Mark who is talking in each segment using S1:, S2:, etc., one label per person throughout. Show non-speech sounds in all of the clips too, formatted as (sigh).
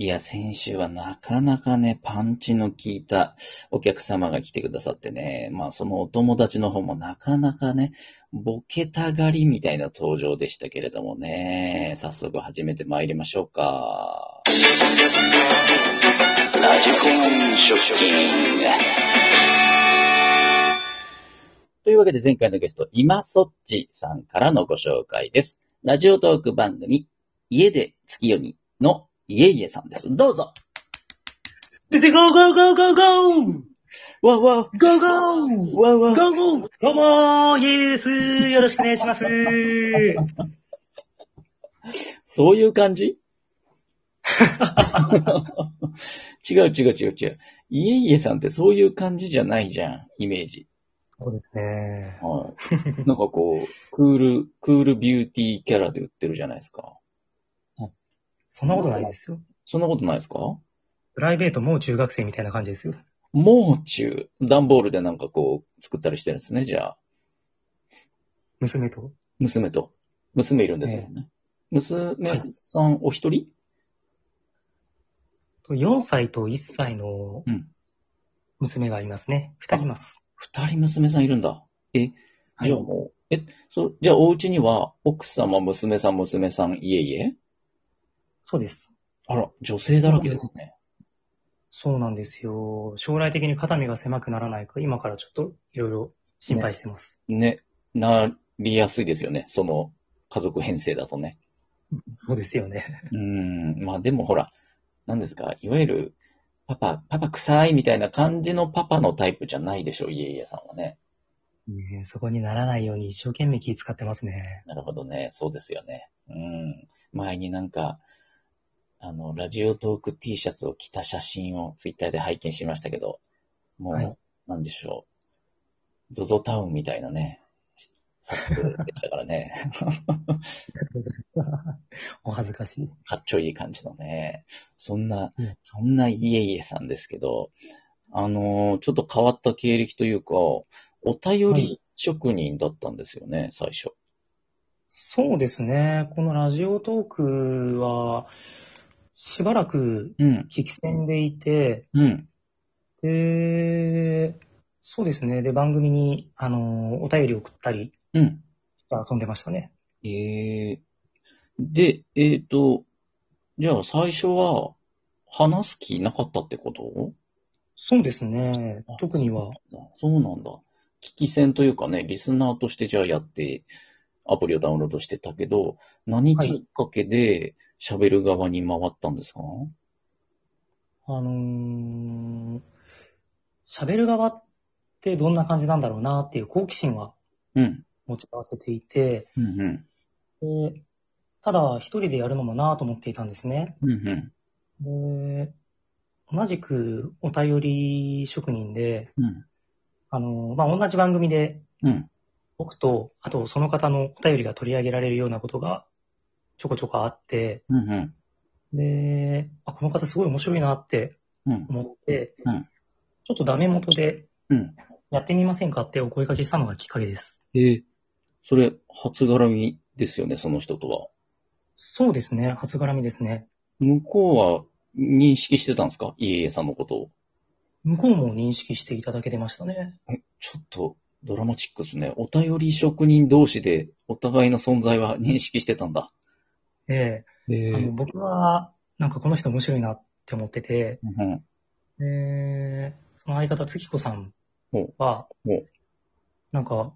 S1: いや、先週はなかなかね、パンチの効いたお客様が来てくださってね、まあそのお友達の方もなかなかね、ボケたがりみたいな登場でしたけれどもね、早速始めて参りましょうか。ラジコンショッキング。というわけで前回のゲスト、今そっちさんからのご紹介です。ラジオトーク番組、家で月夜にのいえいえさんです。どうぞ。
S2: Let's go, go, go, go, go!
S1: わあわ
S2: Go,
S1: あ
S2: go!
S1: わあわあ
S2: Go, go! どうもイエスよろしくお願いします
S1: そういう感
S2: (laughs)
S1: じ違う違う違う違う。いえいえさんってそういう感じじゃないじゃん、イメージ。
S2: そうですね。
S1: はい。なんかこう、 (laughs) クール、クールビューティーキャラで売ってるじゃないですか。
S2: そんなことないですよ。
S1: そんなことないですか
S2: プライベートも中学生みたいな感じですよ。
S1: もう中。段ボールでなんかこう、作ったりしてるんですね、じゃあ。
S2: 娘と
S1: 娘と。娘いるんですよね。娘さんお一人、
S2: ?4 歳と1歳の
S1: うん
S2: 娘がいますね。2人います。
S1: 二人娘さんいるんだ。え、
S2: はい
S1: じゃあもう、え、そう、じゃあお家には、奥様、娘さん、娘さん、いえいえ
S2: そうです。
S1: あら、女性だらけですね。
S2: そうなんですよ。将来的に肩身が狭くならないか、今からちょっといろいろ心配してます。
S1: ね、なりやすいですよね。その、家族編成だとね。
S2: そうですよね。
S1: うーん、まあでもほら、なんですか、いわゆる、パパ、パパ臭いみたいな感じのパパのタイプじゃないでしょ、いえいえさんはね。
S2: ねえそこにならないように一生懸命気使ってま
S1: (laughs)
S2: すね。
S1: なるほどね。そうですよね。うん。前になんか、あの、ラジオトーク T シャツを着た写真をツイッターで拝見しましたけど、もう、
S2: はい
S1: なんでしょう。ゾゾタウンみたいなね、作風でしたからね。 (laughs)
S2: ありがとうございますお恥ずかしい。
S1: かっちょいい感じのね。そんな、
S2: うん
S1: そんないえいえさんですけど、あのーちょっと変わった経歴というか、お便り職人だったんですよね、最初。
S2: そうですね。このラジオトークは、しばらく
S1: うん、
S2: 聞き戦でいて、
S1: うん、
S2: で、そうですね。で、番組に、あの、お便り送ったり、
S1: うん。
S2: 遊んでましたね。
S1: ええで、えっと、じゃあ最初は話す気なかったってこと
S2: そうですね
S1: あ。
S2: 特には、
S1: そうなんだ。聞き戦というかね、リスナーとしてじゃあやって、アプリをダウンロードしてたけど、何き
S2: はい
S1: っかけで喋る側に回ったんですか
S2: あのー喋る側ってどんな感じなんだろうなっていう好奇心は
S1: うん。
S2: 持ち合わせていて、
S1: うんうん。
S2: でただ一人でやるのもなと思っていたんですね。
S1: うんうん。
S2: で、同じくお便り職人で、
S1: うん。
S2: あの、まあ、同じ番組で
S1: うん。
S2: 僕と、あとその方のお便りが取り上げられるようなことがちょこちょこあって、
S1: うんうん。
S2: で、あ、この方すごい面白いなって
S1: うん。
S2: 思って、
S1: うん
S2: ちょっとダメ元で
S1: うん。
S2: やってみませんかってお声掛けしたのがきっかけです。
S1: えーそれ、初絡みですよね、その人とは。
S2: そうですね、初絡みですね。
S1: 向こうは認識してたんですか家々さんのことを。
S2: 向こうも認識していただけてましたね。
S1: ちょっとドラマチックですね。お便り職人同士でお互いの存在は認識してたんだ。
S2: え
S1: へ
S2: え
S1: え
S2: あの僕は、なんかこの人面白いなって思ってて、
S1: うん
S2: で、その相方、月子さんは
S1: おお、
S2: なんか、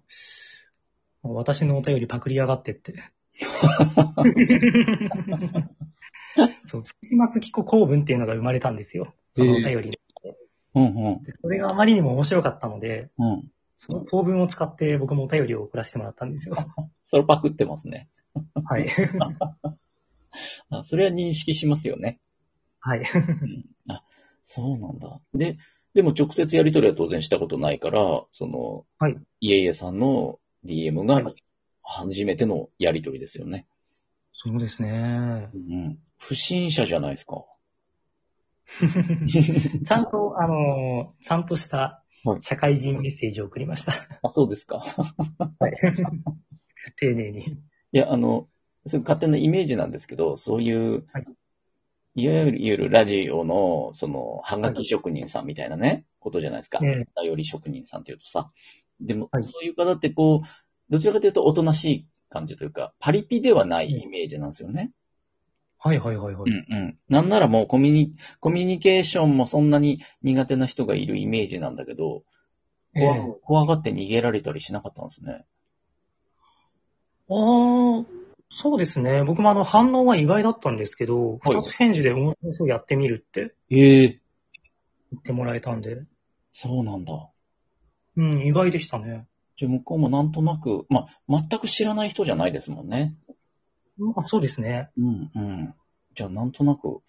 S2: 私のお便りパクりやがってって。
S1: (laughs)
S2: そう、月島月子公文っていうのが生まれたんですよ。そのお便りに。
S1: うんうん
S2: でそれがあまりにも面白かったので、
S1: うん。
S2: その公文を使って僕もお便りを送らせてもらった
S1: (laughs)
S2: んですよ。
S1: それパクってますね。
S2: はい。
S1: あそれは認識しますよね。
S2: はい。
S1: そうなんだ。で、でも直接やり取りは当然したことないから、その、
S2: はい。
S1: いえいえさんの DM が
S2: はい
S1: 初めてのやり取りですよね。
S2: そうですね。
S1: うん。不審者じゃないですか。
S2: ちゃんと、あのちゃんとした
S1: はい
S2: 社会人メッセージを送りました。
S1: あ、そうですか。 (laughs)
S2: はい。丁寧に。
S1: いや、あの、それ勝手なイメージなんですけど、そういう
S2: はい、
S1: いわゆるいわゆるラジオの、その、はがき職人さんみたいなね、ことじゃないですか。
S2: ええ
S1: 頼り職人さんっていうとさ。でも、
S2: はい
S1: そういう方ってこう、どちらかというとおとなしい感じというか、パリピではないイメージなんですよね。
S2: はいはいはいは
S1: う
S2: い。
S1: んうん。なんならもうコミュニ、コミュニケーションもそんなに苦手な人がいるイメージなんだけど、
S2: え
S1: 怖,、
S2: え
S1: 怖がって逃げられたりしなかったんですね。
S2: あーそうですね。僕もあの反応は意外だったんですけ
S1: は
S2: ど、
S1: い
S2: 二つ返事で面白そうやってみるって
S1: ええ
S2: 言ってもらえたんで、
S1: そうなんだ。
S2: うん、意外でしたね。
S1: じゃあ向こうもなんとなく、まあ、全く知らない人じゃないですもんね。
S2: まあそうですね。
S1: うんうん。じゃあなんとなく、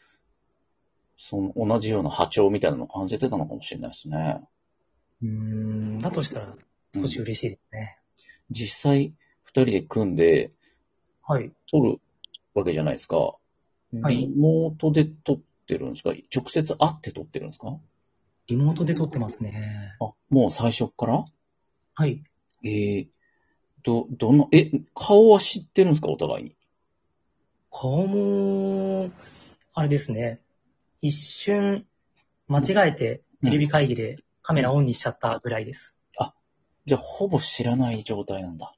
S1: その同じような波長みたいなのを感じてたのかもしれないですね。
S2: うん、だとしたら少し嬉しいですね。
S1: 実際、二人で組んで
S2: はい。
S1: 撮るわけじゃないですか。
S2: い
S1: リモートで撮ってるんですか直接会って撮ってるんですか
S2: リモートで撮ってますね。
S1: あ、もう最初っから
S2: はい。
S1: ええど、どの、え、顔は知ってるんですかお互いに。
S2: 顔も、あれですね。一瞬、間違えてテレビ会議でカメラオンにしちゃったぐらいです。
S1: じゃあ、ほぼ知らない状態なんだ。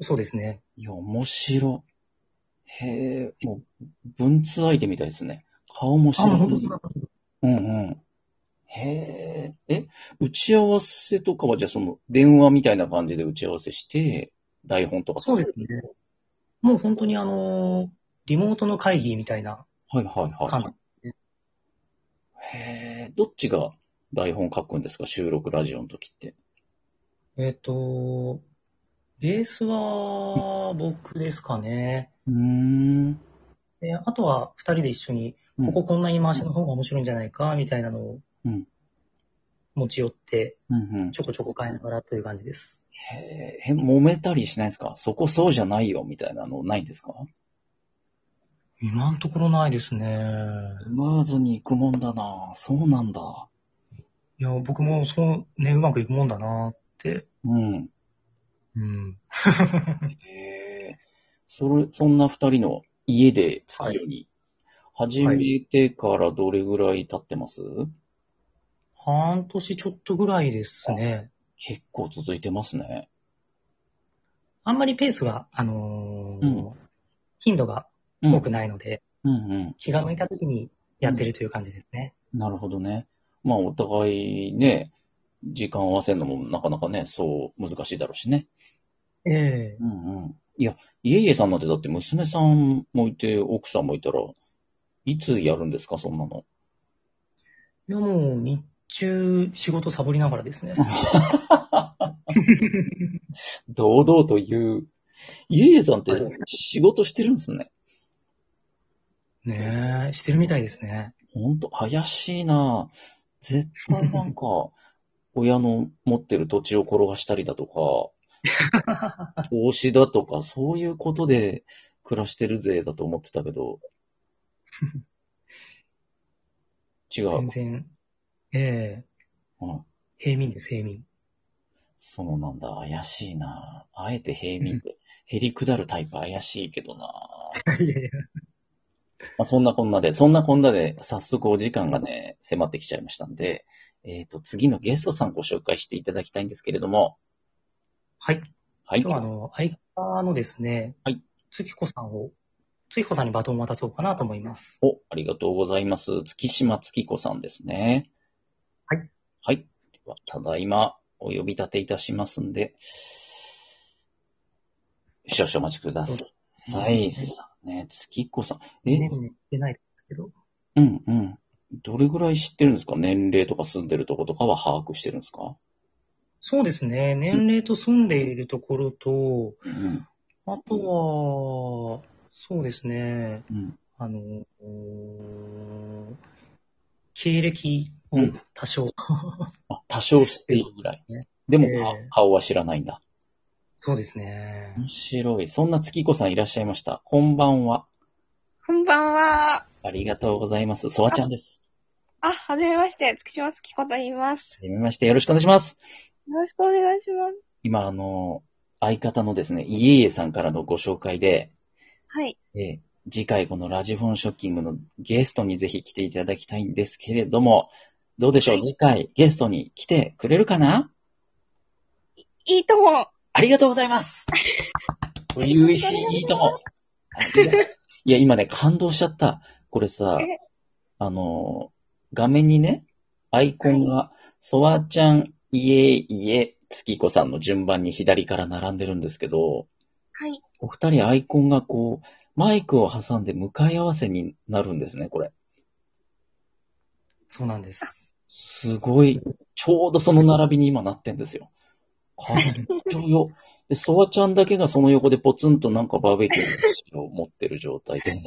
S2: そうですね。
S1: いや、面白。へえ、もう、文通相手みたいですね。顔も
S2: あ、
S1: 白
S2: もう
S1: い
S2: 本当だ。
S1: うんうん。へえ、え、打ち合わせとかは、じゃあその、電話みたいな感じで打ち合わせして、台本とか
S2: そう
S1: 作
S2: で
S1: る
S2: すね。もう本当にあのーリモートの会議みたいな
S1: はいはい
S2: 感じ
S1: は。い。へえ、どっちが台本書くんですか収録ラジオの時って。
S2: えっ、と、ベースは僕ですかね。
S1: うーん。
S2: であとは二人で一緒に、
S1: うん
S2: こここんな言い回しの方が面白いんじゃないか、みたいなのを
S1: うん
S2: 持ち寄って、
S1: うんうん。
S2: ちょこちょこ変えながらという感じです。
S1: へえ、揉めたりしないですかそこそうじゃないよみたいなのないんですか
S2: 今のところないですね。
S1: 思わずに行くもんだなそうなんだ。
S2: いや、僕もそうね、うまくいくもんだなって。
S1: うん。
S2: うん。
S1: へえ。それ、そんな二人の家で作るように、始めてからどれぐらい経ってます、
S2: 半年ちょっとぐらいですね。
S1: 結構続いてますね。
S2: あんまりペースが、あのー
S1: うん
S2: 頻度が
S1: う
S2: 多く
S1: ん。
S2: ないので、
S1: うんうん。
S2: 気が向いた時にやってるという感じですね。
S1: なるほどね。まあ、お互いね、時間を合わせるのもなかなかね、そう難しいだろうしね。
S2: ええ
S1: うんうん。いや、いえいえさんなんてだって娘さんもいて、奥さんもいたら、いつやるんですか、そんなの。
S2: いや、もう日中仕事サボりながらですね。
S1: 堂々と言う。いえいえさんって
S2: はい
S1: 仕事してるんですね。
S2: ねえ、してるみたいですね。
S1: ほんと、怪しいなぁ絶対なんか、
S2: (laughs)
S1: 親の持ってる土地を転がしたりだとか、投資だとか、そういうことで暮らしてるぜ、だと思ってたけど。違
S2: 全
S1: う。
S2: 然。ええ
S1: うん、
S2: 平民です、平民。
S1: そうなんだ。怪しいなぁあえて平民で、へりくだるタイプ怪しいけどなぁ
S2: いやいや
S1: まあ、そんなこんなで、そんなこんなで、早速お時間がね、迫ってきちゃいましたんで、えっ、と、次のゲストさんご紹介していただきたいんですけれども、
S2: はい。
S1: はい。
S2: (laughs) 今日はあの、相方のですね、
S1: はい。
S2: 月子さんを、月子さんにバトンを渡そうかなと思います。
S1: お、ありがとうございます。月島月子さんですね。
S2: はい。
S1: はい。では、ただいま、お呼び立ていたしますんで、少々お待ちください。さあね、月子さん。
S2: ね
S1: え、
S2: ね出ないですけど。
S1: うんうん。どれぐらい知ってるんですか年齢とか住んでるとことかは把握してるんですか
S2: そうですね、年齢と住んでいるところと、
S1: うん。
S2: あとは、そうですね、
S1: うん。
S2: あの、おー経歴を多少、
S1: あ、多少知っているぐらい。でも、
S2: ええ
S1: 顔は知らないんだ。
S2: そうですね。
S1: 面白い。そんな月子さんいらっしゃいました。こんばんは。
S3: こんばんは。
S1: ありがとうございます。ソワちゃんです。
S3: あ、はじめまして。月島月子と言います。
S1: はじめまして。よろしくお願いします。
S3: よろしくお願いします。
S1: 今、あの、相方のですね、いえいえさんからのご紹介で、
S3: はい。
S1: えー次回このラジフォンショッキングのゲストにぜひ来ていただきたいんですけれども、どうでしょう、
S3: はい
S1: 次回ゲストに来てくれるかない
S3: いとも。
S1: ありがとうございます。初々しい、いいとも。あいやいや、今ね、感動しちゃった。これさ
S3: え、
S1: あの、画面にね、アイコンが、ソワちゃん、いえいえ、月子さんの順番に左から並んでるんですけど、
S3: はい。
S1: お二人アイコンがこう、マイクを挟んで向かい合わせになるんですね、これ。
S2: そうなんです。
S1: すごい、ちょうどその並びに今なってんですよ。かっちょよ。で、ソワちゃんだけがその横でポツンとなんかバーベキューの箸を持ってる状態で。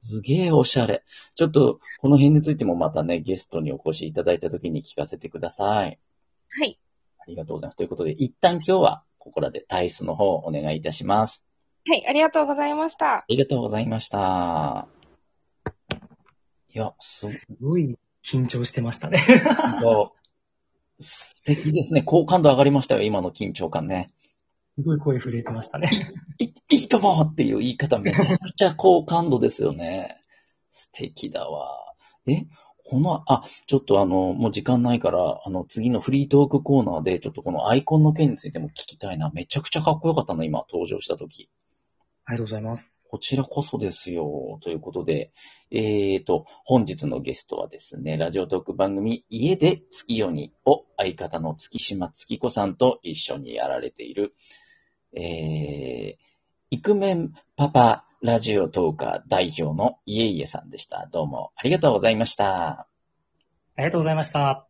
S1: すげえおしゃれ。ちょっと、この辺についてもまたね、ゲストにお越しいただいた時に聞かせてください。
S3: はい。
S1: ありがとうございます。ということで、一旦今日はここらで体質の方をお願いいたします。
S3: はい、ありがとうございました
S1: あ。りがとうございました。いや、す
S2: すごい緊張してましたね。
S1: ごい。素敵ですね。好感度上がりましたよ、今の緊張感ね。
S2: すごい声震えてましたね。
S1: い、いいともっていう言い方めちゃくちゃ好感度ですよね。素敵だわ。えこの、あ、ちょっとあの、もう時間ないから、あの、次のフリートークコーナーで、ちょっとこのアイコンの件についても聞きたいな。めちゃくちゃかっこよかったな、今、登場した時。
S2: ありがとうございます。
S1: こちらこそですよ。ということで、えーと、本日のゲストはですね、ラジオトーク番組、家で月夜にを相方の月島月子さんと一緒にやられている、えー、イクメンパパラジオトーカー代表の家家さんでした。どうもありがとうございました。
S2: ありがとうございました。